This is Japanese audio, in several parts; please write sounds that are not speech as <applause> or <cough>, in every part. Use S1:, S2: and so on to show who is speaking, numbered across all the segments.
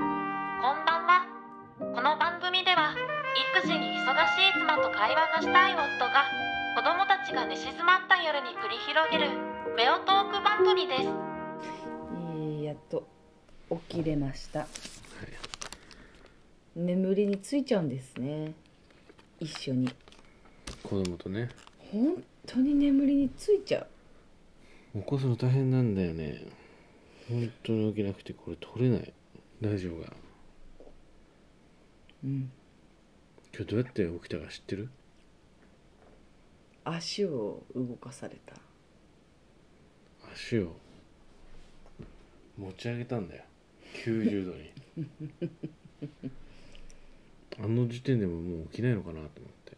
S1: こんばんはこの番組では育児に忙しい妻と会話がしたい夫が子供たちが寝静まった夜に繰り広げるメオトーク番組です
S2: いいやっと起きれました、眠りについちゃうんですね一緒に
S3: 子供とね
S2: 本当に眠りについちゃう
S3: 起こすの大変なんだよね本当に起きなくてこれ取れないラジオが
S2: うん
S3: 今日どうやって起きたか知ってる
S2: 足を動かされた
S3: 足を持ち上げたんだよ90度に <laughs> あの時点でももう起きないのかなと思って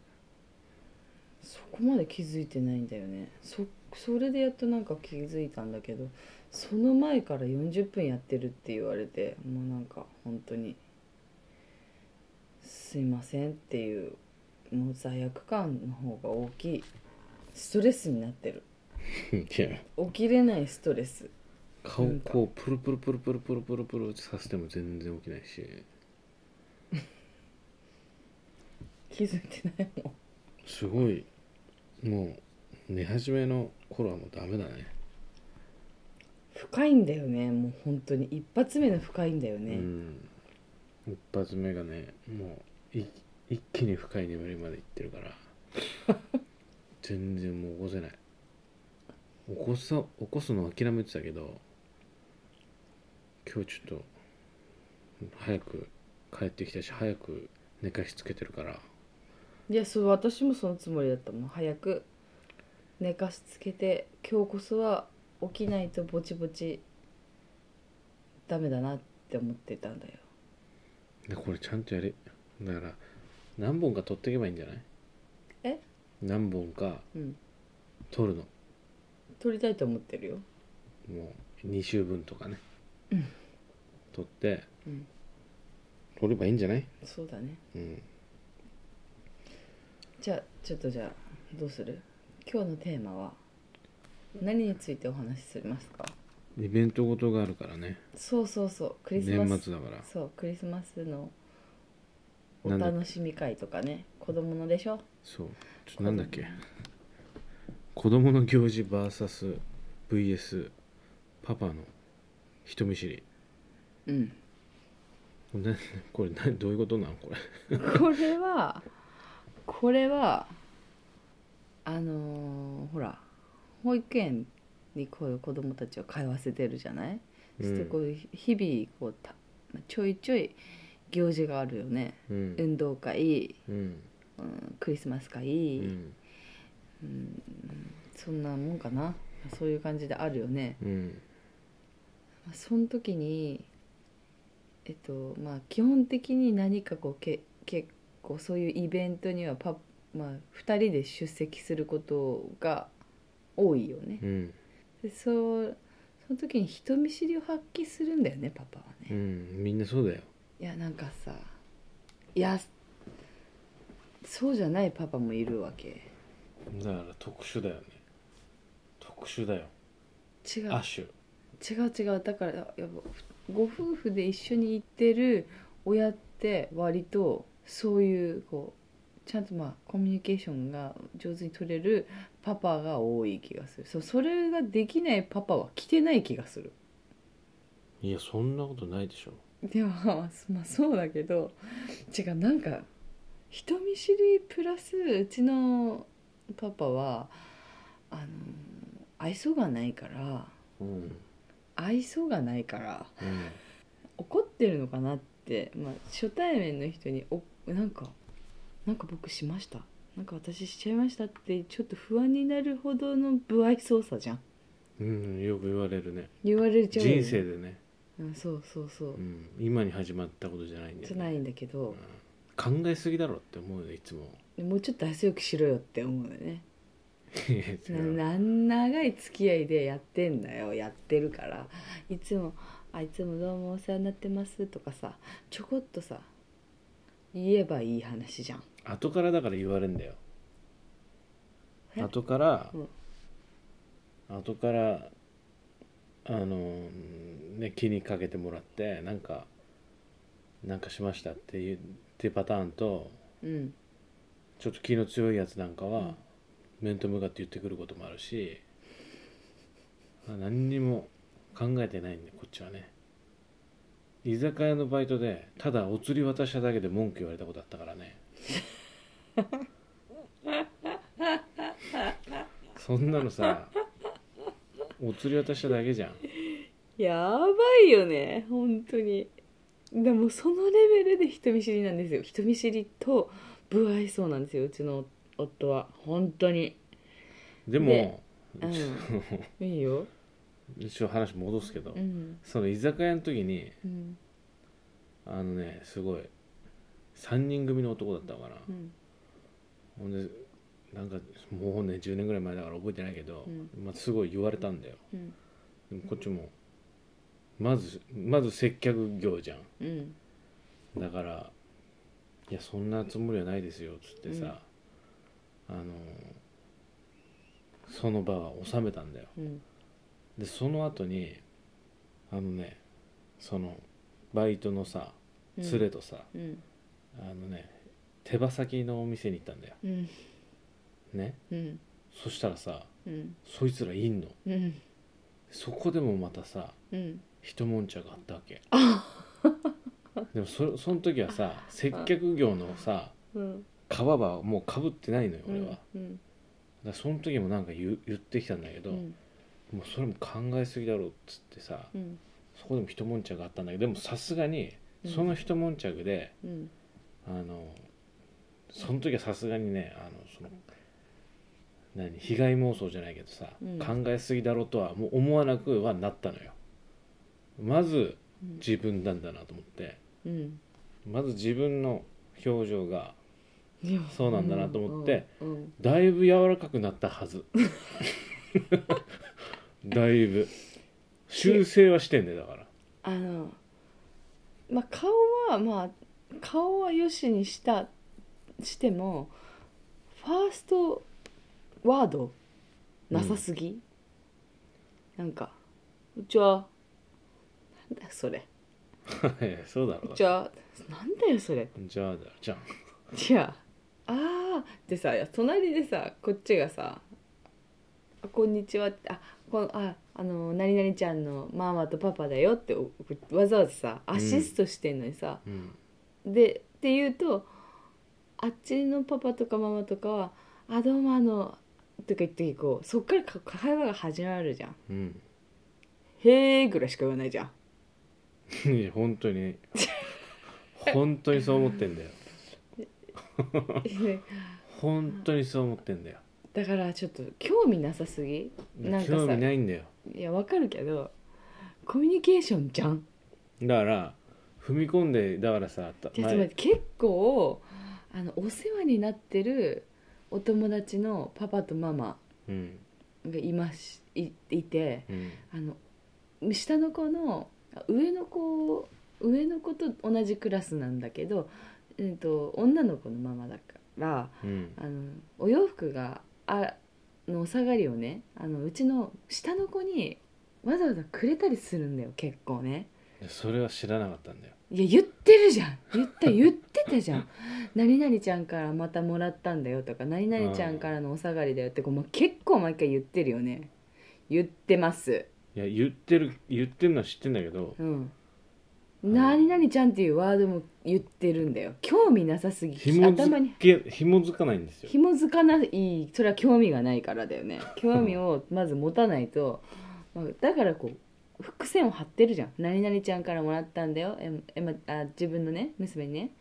S2: そこまで気づいてないんだよねそそれでやっとなんか気づいたんだけどその前から40分やってるって言われてもうなんか本当にすいませんっていうもう罪悪感の方が大きいストレスになってる
S3: いや
S2: 起きれないストレス
S3: 顔こうプルプルプルプルプルプルプルってさせても全然起きないし
S2: 気づいてないもん
S3: すごいもう寝始めの頃はもうダメだね
S2: 深いんだよねもう本当に一発目の深いんだよね、
S3: うん一発目がねもうい一気に深い眠りまでいってるから
S2: <laughs>
S3: 全然もう起こせない起こさ起こすの諦めてたけど今日ちょっと早く帰ってきたし早く寝かしつけてるから
S2: いやそう私もそのつもりだったもん早く寝かしつけて今日こそは起きないとぼちぼちダメだなって思ってたんだよ
S3: でこれちゃんとやれだから何本か取っていけばいいんじゃない
S2: え
S3: 何本か
S2: うん
S3: 取るの
S2: 撮りたいと思ってるよ
S3: もう2週分とかね、
S2: うん
S3: 取って
S2: うん
S3: 取ればいいんじゃない
S2: そうだね
S3: うん
S2: じゃあちょっとじゃあどうする今日のテーマは何についてお話ししますか
S3: イベントごとがあるからね
S2: そうそうそうクリスマ
S3: 年
S2: ス
S3: 末だから
S2: そうクリスマスのお
S3: なんだっけ
S2: 楽しみ会とかね子供のでしょ
S3: そうちょっとなんだっけ子供の行事 VSVS パパの人見知り
S2: うん
S3: なこれなどういうことなんこれ
S2: これはこれはあのーほら保育園にこういう子供たちを通わせてるじゃない、
S3: うん
S2: そしてこういう日々こうたちょいちょい行事があるよね
S3: うん
S2: 運動会、
S3: うん
S2: うん、クリスマス会、
S3: うん
S2: そんなもんかなそういう感じであるよね
S3: うん
S2: まあその時にえっとまあ基本的に何かこうけ結構そういうイベントにはパ、まあ、2人で出席することが多いよね。
S3: うん
S2: でそうその時に人見知りを発揮するんだよねパパは
S3: う
S2: ね。
S3: んみんなそうだよ
S2: いやなんかさいやそうじゃないパパもいるわけ
S3: だから特殊だよね特殊だよ
S2: 違う
S3: アッシュ
S2: 違う違うだからやっぱご夫婦で一緒に行ってる親って割とそういうこうちゃんとまあコミュニケーションが上手に取れるパパが多い気がするそうそれができないパパは来てない気がする
S3: いやそんなことないでしょ
S2: ではまあそうだけど違うなんか人見知りプラスうちのパパはあの愛想がないから
S3: うん
S2: 愛想がないから。
S3: うん
S2: 怒ってるのかなって、まあ、初対面の人におなんか「なんか僕しました」「なんか私しちゃいました」ってちょっと不安になるほどの不愛想さじゃん
S3: うん、よく言われるね
S2: 言われちゃうよね
S3: 人生でね、
S2: うん、そうそうそう、
S3: うん、今に始まったことじゃないんだ
S2: じ
S3: よ、
S2: ゃな
S3: ね
S2: いんだけど、
S3: うん、考えすぎだろって思うよねいつも
S2: もうちょっと汗よくしろよって思うよね
S3: いや違
S2: <laughs>
S3: う
S2: なな長い付き合いでやってんだよやってるからいつも「あいつもどうもお世話になってます」とかさちょこっとさ言えばいい話じゃん
S3: <laughs> 後からだから言われんだよ
S2: え
S3: 後から、
S2: うん
S3: 後からあの、うんね、気にかけてもらってなんかなんかしましたっていうっていうパターンと
S2: うん
S3: ちょっと気の強いやつなんかは、
S2: うん
S3: 面と向かって言ってくることもあるしあ何にも考えてないんでこっちはね居酒屋のバイトでただお釣り渡しただけで文句言われたことあったか
S2: <laughs>
S3: らねそんなのさお釣り渡しただけじゃん
S2: やばいよね本当にでもそのレベルで人見知りなんですよ人見知りと不愛想なんですようちの夫は本当に
S3: でも
S2: で
S3: ち <laughs>
S2: いいよ
S3: ょ一応話戻すけど、
S2: うん
S3: その居酒屋の時に
S2: うん
S3: あのねすごい3人組の男だったのかな、
S2: うん
S3: ほんでなんかもうね10年ぐらい前だから覚えてないけど、
S2: うん
S3: まあ、すごい言われたんだよ
S2: うん
S3: でもこっちもまずまず接客業じゃん
S2: うん
S3: だから「いやそんなつもりはないですよ」っつってさ、あのその場は収めたんだよ
S2: うん
S3: でその後にあのねそのバイトのさ
S2: うん
S3: 連れとさ、
S2: うん
S3: あのね手羽先のお店に行ったんだよ
S2: うん
S3: ね
S2: うん
S3: そしたらさ
S2: うん
S3: そいつらいんの
S2: うん
S3: そこでもまたさ
S2: うん
S3: 一悶着があった
S2: <laughs>
S3: わけでもそその時はさ接客業のさ
S2: うん
S3: 皮はもうかぶってないのよ俺は、だか
S2: うん
S3: らその時もなんか言う言ってきたんだけ
S2: う
S3: ど、
S2: ん
S3: もうそれも考えすぎだろうっつってさ
S2: うん
S3: そこでも一悶着があったんだけどでもさすがに
S2: うん
S3: その一悶着で、
S2: うん
S3: あのその時はさすがにねあのその何被害妄想じゃないけどさ、
S2: うん
S3: 考えすぎだろうとはもう思わなくはなったのよまず
S2: うん
S3: 自分なんだなと思って
S2: うん
S3: まず自分の表情が
S2: いや
S3: そうなんだなと思って
S2: うんうん
S3: だいぶ柔らかくなったは
S2: <laughs>
S3: ずだいぶ修正はしてんねだから
S2: あのまあ顔はまあ顔はよしにしたしてもファーストワードなさすぎ、なんか「うちは」なんだよそれ
S3: そうだ
S2: 「う
S3: ろ
S2: ちは」なんだよそれ
S3: じゃあだじゃ
S2: 違
S3: ん
S2: うああーでさ隣でさこっちがさあ「こんにちは」あこのああの何々ちゃんのママとパパだよっておわざわざさアシストしてんのにさ、
S3: うん
S2: でって言うとあっちのパパとかママとかは「あどうもあの」とか言ってこうそっからか会話が始まるじゃん
S3: うん
S2: 「へーぐらいしか言わないじゃん
S3: いや本当に本当にそう思ってんだよ本当にそう思ってんだよ
S2: だからちょっと興味なさすぎなんかさ
S3: 興味ないんだよ
S2: いやわかるけどコミュニケーションじゃん
S3: だから踏み込んでだからさた
S2: いやつまり結構あのお世話になってるお友達のパパとママ
S3: うん
S2: がいましいいて
S3: うん
S2: あの下の子のあ上の子上の子と同じクラスなんだけど、えっと女の子のママだから
S3: うん
S2: あのお洋服があのお下がりをねあのうちの下の子にわざわざくれたりするんだよ結構ね
S3: でそれは知らなかったんだよ
S2: いや言ってるじゃん言った言ってたじゃん何々ちゃんからまたもらったんだよとか何々ちゃんからのお下がりだよってこう、まあ結構毎回言ってるよね言ってます
S3: いや言ってる言ってるのは知ってんだけど
S2: うん、何々ちゃんっていうワードも言ってるんだよ興味なさすぎ
S3: 紐
S2: 頭
S3: づ
S2: に
S3: け紐づかないんですよ
S2: 紐づかないそれは興味がないからだよね興味をまず持たないと、まあ、だからこう伏線を張ってるじゃん何々ちゃんからもらったんだよええ、ま、あ自分のね娘にね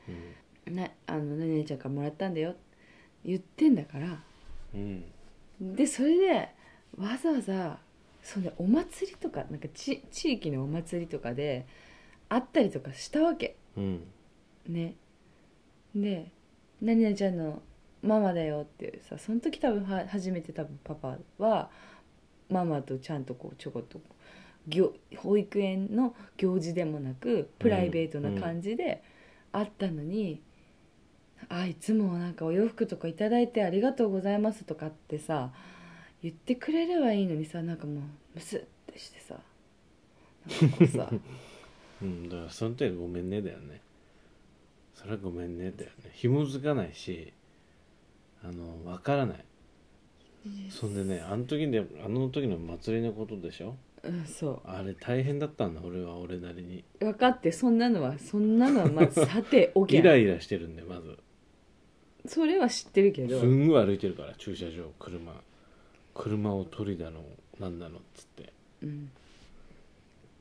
S2: なあの何々ちゃんからもらったんだよ言ってんだから
S3: うん、うん
S2: でそれでわざわざそのお祭りとかなんかち地域のお祭りとかで会ったりとかしたわけ
S3: うん
S2: ねで「何々ちゃんのママだよ」ってさその時多分は初めて多分パパはママとちゃんとこうちょこっと行保育園の行事でもなくプライベートな感じで会ったのに「あいつもなんかお洋服とかいただいてありがとうございます」とかってさ言ってくれればいいのにさなんかもうムスってしてさなんかこうさ
S3: うん、だからその時はごめんねだよねそれはごめんねだよね紐づかないしあのわからないそんでねあの時であの時の祭りのことでしょ
S2: うんそ
S3: あれ大変だったんだ俺は俺なりに
S2: う分かってそんなのはそんなのはまずさ
S3: <laughs>
S2: ておけ
S3: イライラしてるんでまず
S2: それは知ってるけど
S3: すんごい歩いてるから駐車場車車を取りだのなんだのっつ
S2: <laughs>
S3: って
S2: うん、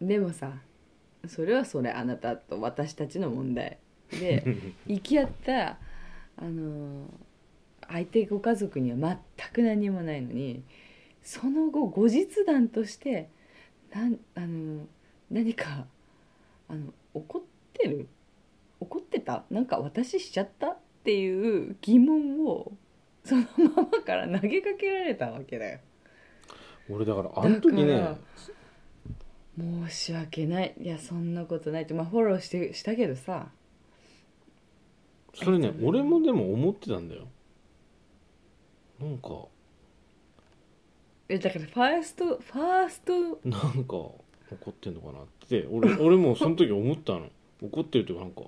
S2: でもさそれはそれあなたと私たちの問題で行き合ったあのー相手ご家族には全く何もないのにその後後日談としてなんあのー何かあの怒ってる怒ってたなんか私しちゃったっていう疑問をそのままから投げかけられたわけだよ。
S3: 俺だからあの時
S2: だ
S3: ね
S2: から申し訳ないいやそんなことないってまあフォローしてしたけどさ
S3: それね俺もでも思ってたんだよなんか
S2: えだからファーストファースト
S3: なんか怒ってんのかなって
S2: <laughs>
S3: 俺俺もその時思ったの怒ってるというかなんか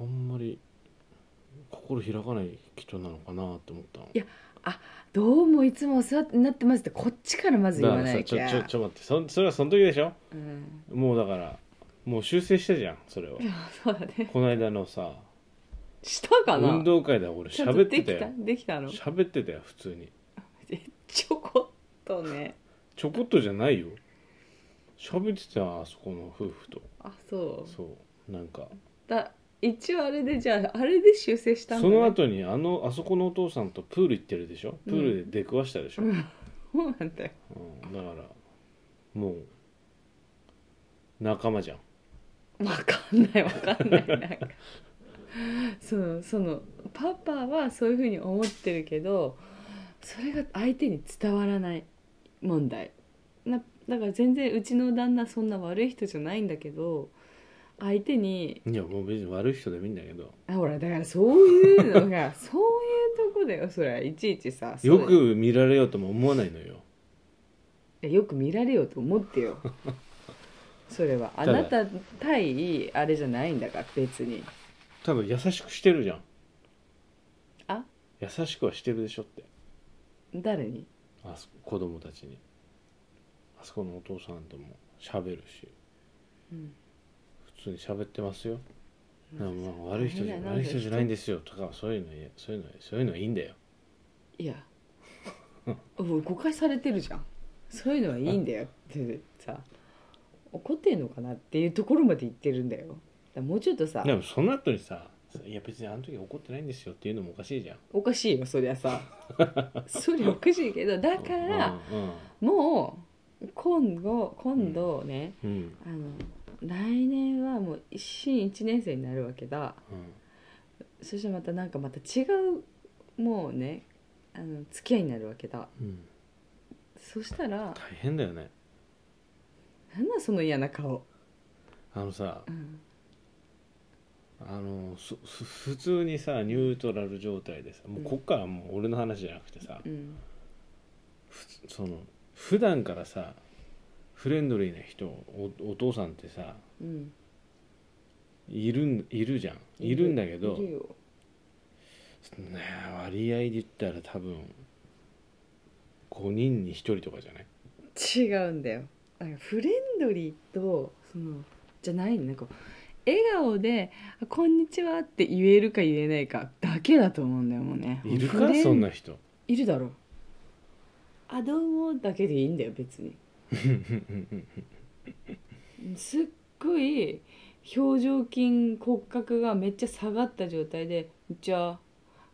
S3: あんまり心開かない人なのかなって思ったの
S2: いやどうもいつもお世話になってますってこっちからまず言わな
S3: さ
S2: い
S3: ち
S2: き
S3: ょ
S2: ゃ
S3: ちょちょ待ってそんそれはその時でしょ
S2: うん、
S3: もうだからもう修正したじゃんそれを
S2: いやそうだね
S3: この間のさ
S2: したかな
S3: 運動会で俺
S2: ちゃんと
S3: 喋ってた
S2: できた
S3: よ
S2: できたの
S3: 喋ってたよ普通に
S2: ちょこっとね
S3: ちょこっとじゃないよ喋ってたよあそこの夫婦と
S2: あそう
S3: そうなんか
S2: だ一応あれでじゃああれで修正したんだ、
S3: そ
S2: ね、
S3: の後にあのあそこのお父さんとプール行ってるでしょプールで出くわしたでしょ、
S2: うん <laughs> そうなんだよ
S3: うんだからもう仲間じゃん
S2: わかんないわかんないなんかそのそのパパはそういうふうに思ってるけどそれが相手に伝わらない問題なだから全然うちの旦那そんな悪い人じゃないんだけど相手に
S3: いやもう別に悪い人でもいいんだけど
S2: あほらだからそういうのがそういうとこだよそれいちいちさそう
S3: よく見られようとも思わないのよ
S2: いやよく見られようと思ってよそれはあなた対あれじゃないんだから別に
S3: ただ優しくしてるじゃん
S2: あ
S3: 優しくはしてるでしょって
S2: 誰に
S3: あそ子供たちにあそこのお父さんとも喋るし
S2: うん
S3: 普通に喋ってますよ、
S2: まあ
S3: まあ悪い人じゃ
S2: あれだ
S3: 悪い人じゃないん
S2: で
S3: ですよとかそういうのいいそういうのそういうのいいんだよ
S2: いやお誤解されてるじゃんそういうのはいいんだよってさ怒ってんのかなっていうところまで言ってるんだよだからもうちょっとさ
S3: でもその後にさ「いや別にあの時怒ってないんですよ」っていうのもおかしいじゃん
S2: おかしいよそりゃ
S3: <laughs>
S2: さそりゃおかしいけどだから
S3: うん
S2: もう今後今度ね、
S3: うんうん
S2: あの来年はもう一新1年生になるわけだ
S3: うん
S2: そしてまたなんかまた違うもうねあの付き合いになるわけだ
S3: うん
S2: そしたら
S3: 大変だよね
S2: なんだその嫌な顔、
S3: あのさ
S2: うん、
S3: あのそふ普通にさニュートラル状態でさもうこっからはもう俺の話じゃなくてさ、
S2: うん
S3: ふその普段からさフレンドリーな人おお父さんってさ
S2: うん、
S3: いるんいるじゃんいるんだけど
S2: いるよ
S3: ねえ割合で言ったら多分5人に1人とかじゃない
S2: 違うんだよなんかフレンドリーとそのじゃないなんか笑顔で「あこんにちは」って言えるか言えないかだけだと思うんだよもうね
S3: いる
S2: フ
S3: か
S2: レン
S3: そんない人
S2: いるだろあどうもだけでいいんだよ別にすっごい表情筋骨格がめっちゃ下がった状態でじゃあ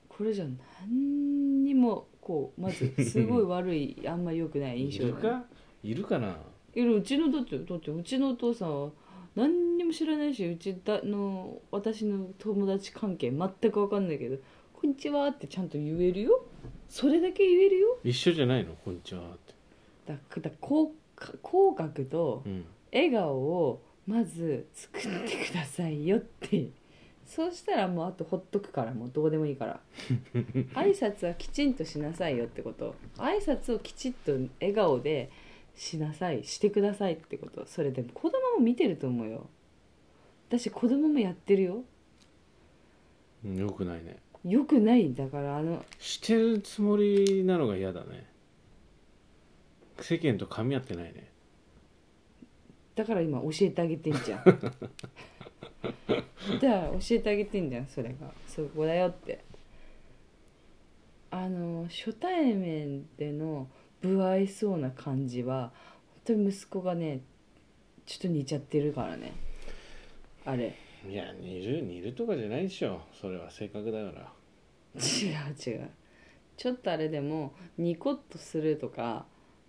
S2: これじゃ何にもこうまずすごい悪いあんまり良くない
S3: い
S2: 印象
S3: る
S2: だね
S3: かいるかない
S2: やうちのだってだってうちのお父さんは何にも知らないしうちだの私の友達関係全く分かんないけど「こんにちは」ってちゃんと言えるよそれだけ言えるよ
S3: 一緒じゃないのこんにちはって、
S2: だだ口角口角と
S3: うん、
S2: 笑顔をまず作ってくださいよってそうしたらもうあとほっとくからもうどうでもいいから挨拶はきちんとしなさいよってこと挨拶をきちっと笑顔でしなさいしてくださいってことそれでも子供も見てると思うよ私子供もやってるよ
S3: うんよくないね
S2: よくないだからあの
S3: してるつもりなのが嫌だね世間と噛み合ってないね
S2: だから今教えてあげてんじゃんだから教えてあげてんじゃんそれがそこだよってあの初対面での不愛想な感じは本当に息子がねちょっと似ちゃってるからねあれ
S3: いや似る似るとかじゃないでしょそれは性格だから
S2: 違う違うちょっとあれでもニコッとするとか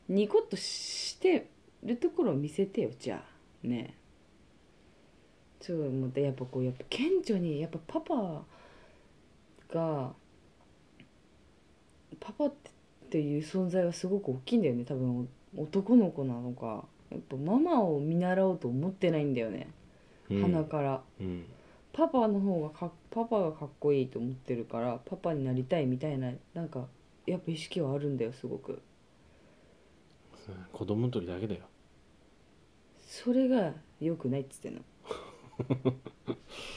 S2: ニコッとしてるところを見せてよじゃあねちょっと思ってやっぱこうやっぱ顕著にやっぱパパがパパってっていう存在はすごく大きいんだよね多分男の子なのかやっぱママを見習おうと思ってないんだよね、
S3: うん
S2: 鼻から。
S3: うん
S2: パパの方がかっパパがかっこいいと思ってるからパパになりたいみたいななんかやっぱ意識はあるんだよすごく
S3: 子供の時だけだよ
S2: それが良くないっつってんの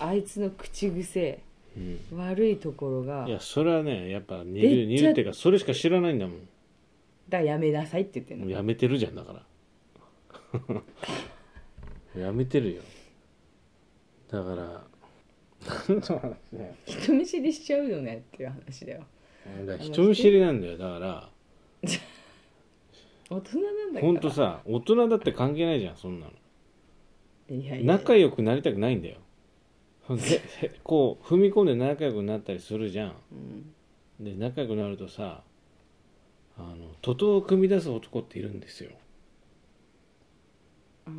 S2: あいつの口癖
S3: うん
S2: 悪いところが
S3: いやそれはねやっぱ
S2: 出
S3: 似
S2: ちゃ
S3: る似るっていうかそれしか知らないんだもん
S2: だからやめなさいって言ってん
S3: も
S2: の
S3: うやめてるじゃんだから <laughs> やめてるよだから何の話だよ
S2: 人見知りしちゃうよねっていう話だよ
S3: だから人見知りなんだよだから
S2: 大人なんだから
S3: ほんとさ大人だって関係ないじゃんそんなの
S2: いやいや
S3: 仲良くなりたくないんだよでへこう踏み込んで仲良くなったりするじゃん
S2: うん
S3: で仲良くなるとさあの徒党を組み出す男っているんですよ
S2: あ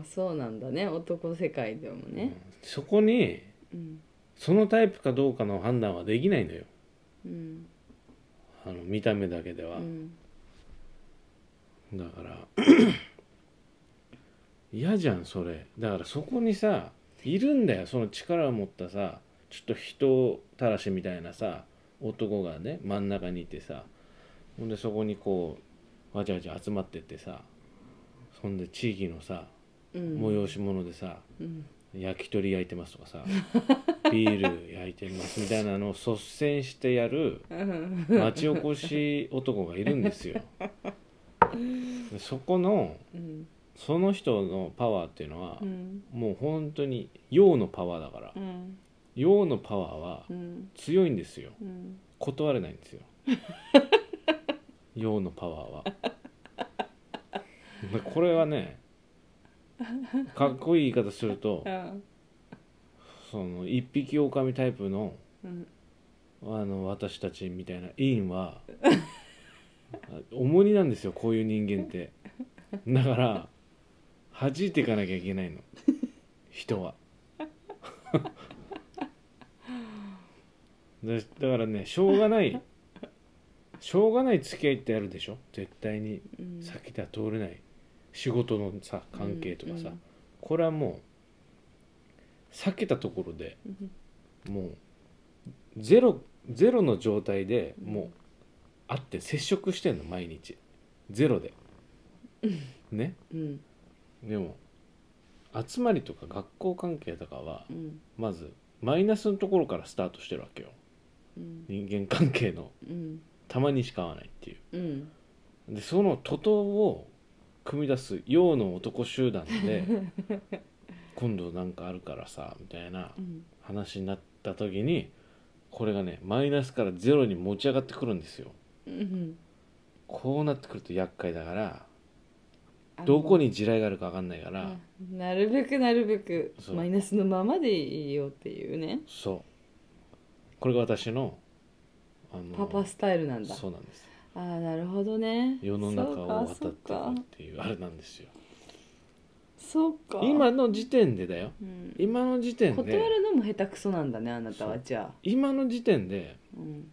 S2: あそうなんだね男世界でもね
S3: そこに
S2: うん
S3: そのタイプかどうかの判断はできないのよ
S2: うん
S3: あの見た目だけで
S2: う
S3: は、
S2: ん
S3: だから <coughs> 嫌じゃんそれだからそこにさいるんだよその力を持ったさちょっと人たらしみたいなさ男がね真ん中にいてさほんでそこにこうわちゃわちゃ集まってってさそんで地域のさ
S2: うん
S3: 催し物でさ、
S2: うん
S3: 焼き鳥焼いてますとかさビール焼いてますみたいなのを率先してやる
S2: うん
S3: 町おこし男がいるんで
S2: <laughs>
S3: すよでそこの
S2: うん
S3: その人のパワーっていうのは、
S2: うん
S3: もう本当に陽のパワーだから
S2: うん
S3: 陽のパワーは
S2: うん
S3: 強いんですよ
S2: うん
S3: 断れないんです
S2: <laughs>
S3: よ陽のパワーはでこれ
S2: <laughs>
S3: はねかっこいい言い方するとその一匹狼タイプの
S2: うん
S3: あの私たちみたいな委員はあ重荷なんですよこういう人間ってだから弾いていかなきゃいけないの人は <laughs> だだからねしょうがないしょうがない付き合いってあるでしょ絶対に
S2: うん
S3: 先では通れない仕事のさ関係とかさ、
S2: うん
S3: これはもう避けたところで
S2: うん
S3: もうゼロゼロの状態で
S2: うん
S3: もう会って接触してんの毎日ゼロでね
S2: うん
S3: でも集まりとか学校関係とかは
S2: うん
S3: まずマイナスのところからスタートしてるわけよ
S2: うん
S3: 人間関係の
S2: うん
S3: たまにしか会わないっていう
S2: うん
S3: でその徒党を組み出す陽の男集団で今度なんかあるからさみたいな
S2: うん
S3: 話になった時にこれがねマイナスからゼロに持ち上がってくるんですよ
S2: うん
S3: こうなってくると厄介だからどこに地雷があるか分かんないか
S2: あ
S3: ら
S2: のうんなるべくなるべく
S3: そう
S2: マイナスのままでいいよっていうね
S3: そうこれが私のあの
S2: パパスタイルなんだ
S3: そうなんです
S2: ああなるほどね
S3: 世の中を渡って
S2: そう
S3: いく
S2: か
S3: っていうあれなんですよ
S2: そうか
S3: 今の時点でだよ
S2: うん
S3: 今の時点で
S2: 断るのも下手くそなんだねあなたは
S3: そう
S2: じゃあ
S3: 今の時点で
S2: うん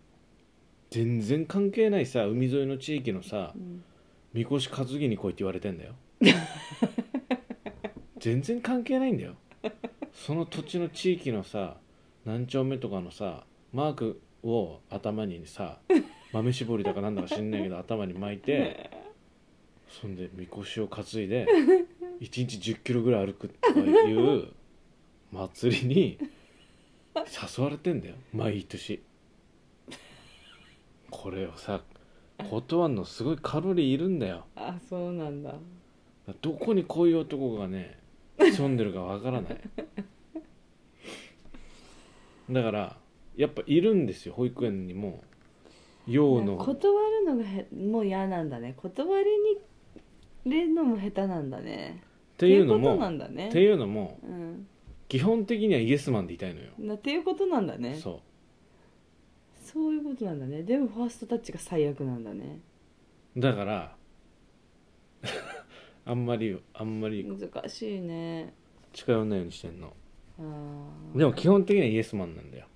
S3: 全然関係ないさ海沿いの地域のさ
S2: うん
S3: みこし担ぎに来いって言われてんだよ全然関係ないんだよその土地の地域のさ何丁目とかのさマークを頭にさ豆絞りだかなんだか知んないけど頭に巻いてそんでみこしを担いで1日1 0キロぐらい歩くとかいう祭りに誘われてんだよ毎年これをさ断るのすごいカロリーいるんだよ
S2: あそうなんだ
S3: どこにこういう男がね潜んでるかわからないだからやっぱいるんですよ保育園にも用の
S2: 断るのがへもう嫌なんだね断りにれるのも下手なんだね
S3: っていうの
S2: ってことな
S3: も
S2: んだね
S3: っていうのも
S2: うん
S3: 基本的にはイエスマンでいたいのよ、
S2: なっていうことなんだねそう
S3: そう
S2: いうことなんだねでもファーストタッチが最悪なんだね
S3: だから <laughs> あんまりあんまり
S2: 難しいね
S3: 近寄んないようにしてんの
S2: あー
S3: でも基本的にはイエスマンなんだよ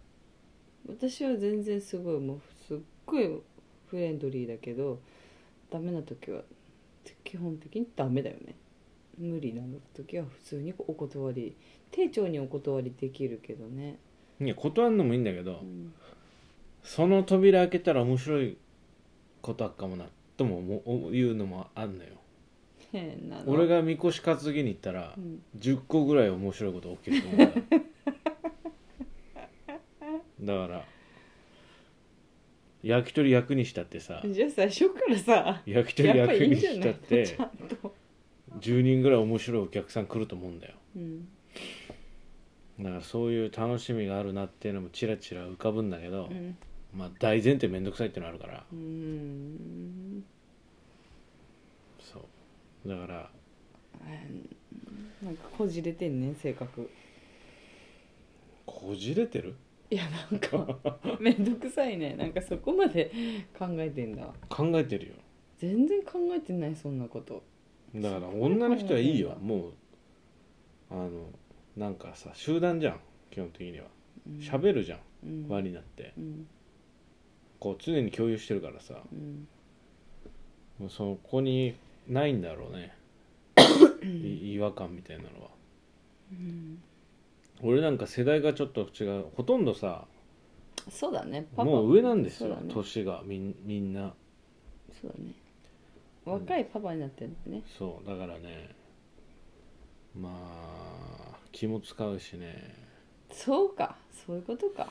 S2: 私は全然すごいもうすっごいフレンドリーだけどダメな時は基本的にダメだよね無理な時は普通にお断り丁重にお断りできるけどね、
S3: いや断るのもいいんだけど
S2: うん
S3: その扉開けたら面白いことあっかもなとも思う言うのもあんのよ
S2: 変なの
S3: 俺、がみこし担ぎに行ったら
S2: うん
S3: 10個ぐらい面白いこと起きると思う
S2: <laughs>
S3: からだから焼き鳥役にしたってさ
S2: じゃあ最初からさ
S3: 焼き鳥
S2: やっぱ
S3: 役
S2: いいん
S3: に
S2: じゃ
S3: し
S2: な
S3: たっ
S2: いの
S3: て
S2: ちゃんと、
S3: 10人ぐらい面白いお客さん来ると思うんだよ
S2: うん
S3: だからそういう楽しみがあるなっていうのもチラチラ浮かぶんだけど、
S2: うん
S3: まあ大前提めんどくさいってのあるから
S2: うん
S3: そうだから
S2: なんかこじれてんね性格
S3: こじれてる
S2: いやなんかめんどくさいねなんかそこまで考えてんだ
S3: 考えてるよ
S2: 全然考えてないそんなこと
S3: だから女の人はいいよ
S2: そ
S3: もうあのなんかさ集団じゃん基本的には
S2: うん
S3: 喋るじゃん
S2: うん
S3: 輪になって
S2: うん
S3: こう常に共有してるからさ
S2: うん
S3: もうそこにないんだろうね
S2: <coughs>
S3: い違和感みたいなのは
S2: うん
S3: 俺なんか世代がちょっと違うほとんどさ
S2: そうだね
S3: もう上なんですよ、
S2: そうだね
S3: 年がみんみんな
S2: そうだね若いパパになってるんだね
S3: そうだからねまあ気も使うしね、
S2: そうかそういうことか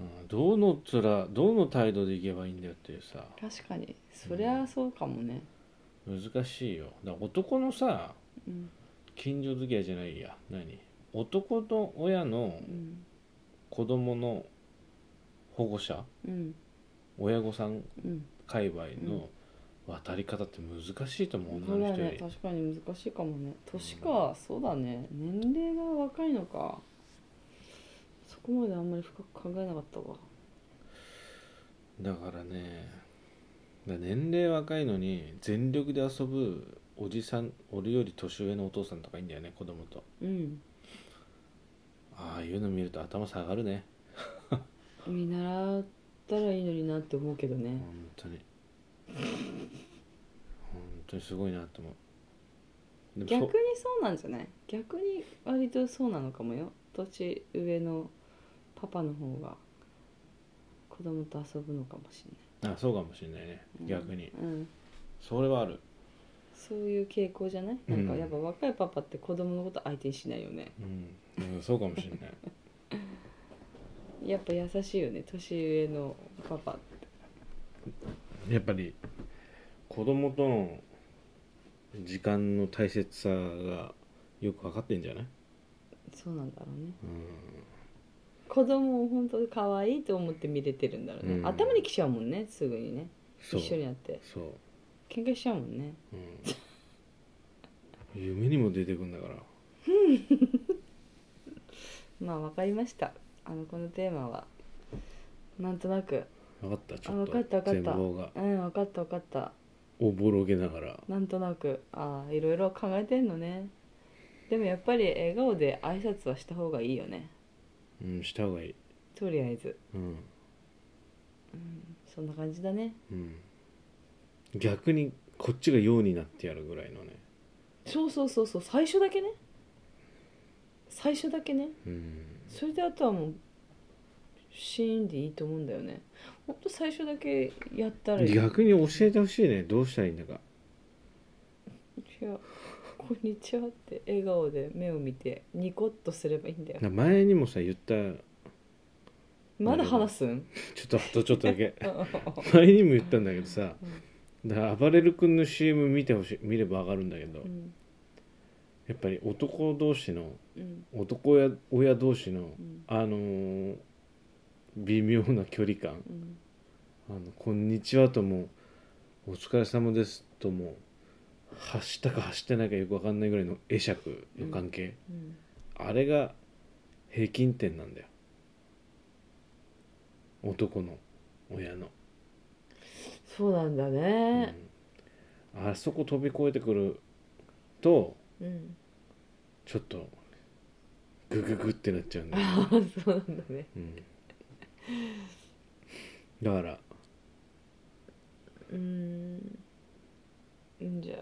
S3: うん、どのつらどの態度でいけばいいんだよっていうさ
S2: 確かにそりゃそうかもね
S3: 難しいよだから男のさ
S2: うん
S3: 近所付き合いじゃないや何男の親の
S2: うん
S3: 子供の保護者
S2: うん
S3: 親御さん
S2: うん
S3: 界隈の渡り方って難しいと思う、
S2: そう
S3: 女の
S2: だ
S3: 人よ
S2: ね
S3: り
S2: 確かに難しいかもね年か、そうだね年齢が若いのかそこまであんまり深く考えなかったわ
S3: だからねだから年齢若いのに全力で遊ぶおじさん俺より年上のお父さんとかいいんだよね子供と
S2: うん
S3: ああいうの見ると頭下がるね
S2: 見習ったらいいのになって思うけどね
S3: 本
S2: <laughs>
S3: 当に本当にすごいなと思うで
S2: 逆
S3: も
S2: にそうなんじゃない逆に割とそうなのかもよ年上のパパの方が子供と遊ぶのかもし
S3: そあそうかもしれないね
S2: れない
S3: 逆に、
S2: うんうん
S3: それはある
S2: そういう傾向じゃないなんかやっぱ若いパパって子供のこと相手にしないよね
S3: うん、うんそうかもし
S2: <laughs>
S3: れない
S2: やっぱ優しいよね年上のパパって
S3: やっぱり子供との時間の大切さがよく分かってんじゃない、
S2: そうなんだろうね
S3: うん
S2: 子供を本当に可愛いと思って見れてるんだろうね、
S3: うん
S2: 頭に来ちゃうもんねすぐにね
S3: そう
S2: 一緒にやって
S3: そう、
S2: 喧嘩しちゃうもんね
S3: うん、夢にも出てくんだから
S2: まあわかりましたあのこのテーマはなんとなく
S3: 分かったち
S2: あ
S3: ょっ
S2: 分かった
S3: と
S2: 分かっ
S3: 全
S2: た
S3: 貌が
S2: うん分かった分かった
S3: おぼろげながら
S2: なんとなくああいろいろ考えてんのねでもやっぱり笑顔で挨拶はした方がいいよね
S3: うんした方がいい
S2: とりあえず
S3: うん
S2: そんな感じだね
S3: うん逆にこっちが用になってやるぐらいのね
S2: そうそうそうそう最初だけね最初だけね
S3: うん
S2: それであとはもうシーンでいいと思うんだよねほんと最初だけやったらいいいや
S3: 逆に教えてほしいねどうしたらいいんだか
S2: いやこんにちは」って笑顔で目を見てニコッとすればいいんだよ
S3: な前にもさ言った
S2: まだ話すん
S3: ちょっとあとちょっとだけ
S2: うん
S3: 前にも言ったんだけどさだから暴れる君の CM 見てほしい見ればわかるんだけど、
S2: うん
S3: やっぱり男同士の
S2: うん
S3: 男親親同士の
S2: うん
S3: あのー微妙な距離感
S2: うん
S3: 「あのこんにちは」とも「お疲れ様です」とも走ったか走ってないかよくわかんないぐらいの会釈の関係、
S2: うん
S3: あれが平均点なんだよ男の親の、
S2: そうなんだね
S3: うんあそこ飛び越えてくると
S2: うん
S3: ちょっとグググってなっちゃうんだよね
S2: <laughs> ああそうなんだね
S3: うんだから
S2: うーんうんじゃ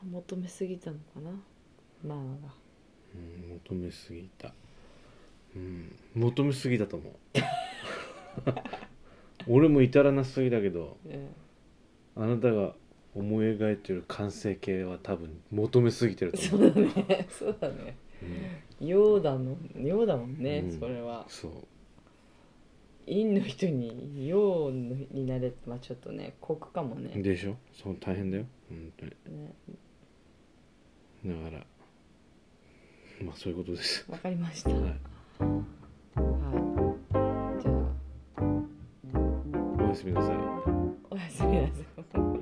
S2: あ求めすぎたのかなママが
S3: うん求めすぎた、うん、求めすぎたと思う <laughs> 俺も至らなすぎだけど
S2: うん
S3: あなたが思い描いてる完成形は多分求めすぎてると
S2: そ
S3: 思う、
S2: うだねそうだね
S3: うん
S2: ようだのようだもんね、
S3: うん
S2: それは
S3: そう
S2: 陰の人にようになれまあちょっとね酷かもね
S3: でしょそう大変だよ本当
S2: ね
S3: にだからまあそういうことです
S2: わかりました、
S3: はい
S2: はいじゃあ
S3: おやすみなさい
S2: おやすみなさい